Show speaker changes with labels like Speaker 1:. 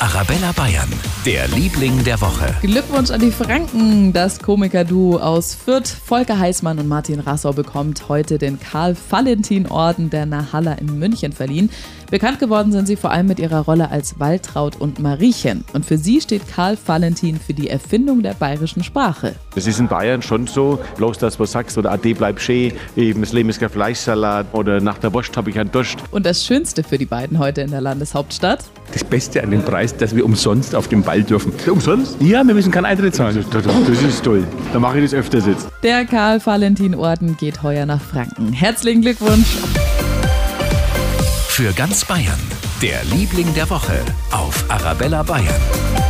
Speaker 1: Arabella Bayern, der Liebling der Woche.
Speaker 2: Glückwunsch an die Franken. Das Komikerduo aus Fürth, Volker Heißmann und Martin Rassau, bekommt heute den Karl-Valentin-Orden der Nahalla in München verliehen. Bekannt geworden sind sie vor allem mit ihrer Rolle als Waltraud und Mariechen. Und für sie steht Karl Valentin für die Erfindung der bayerischen Sprache.
Speaker 3: Es ist in Bayern schon so, bloß das, was sagst, oder Ade bleib schön, eben das Leben ist kein Fleischsalat oder nach der Wurst habe ich einen Durst.
Speaker 2: Und das Schönste für die beiden heute in der Landeshauptstadt?
Speaker 4: Das Beste an dem Preis, dass wir umsonst auf den Ball dürfen.
Speaker 3: Umsonst?
Speaker 4: Ja, wir müssen keinen Eintritt zahlen.
Speaker 3: Das ist toll. Da mache ich das öfters jetzt.
Speaker 2: Der Karl-Valentin-Orden geht heuer nach Franken. Herzlichen Glückwunsch!
Speaker 1: Für ganz Bayern, der Liebling der Woche auf Arabella Bayern.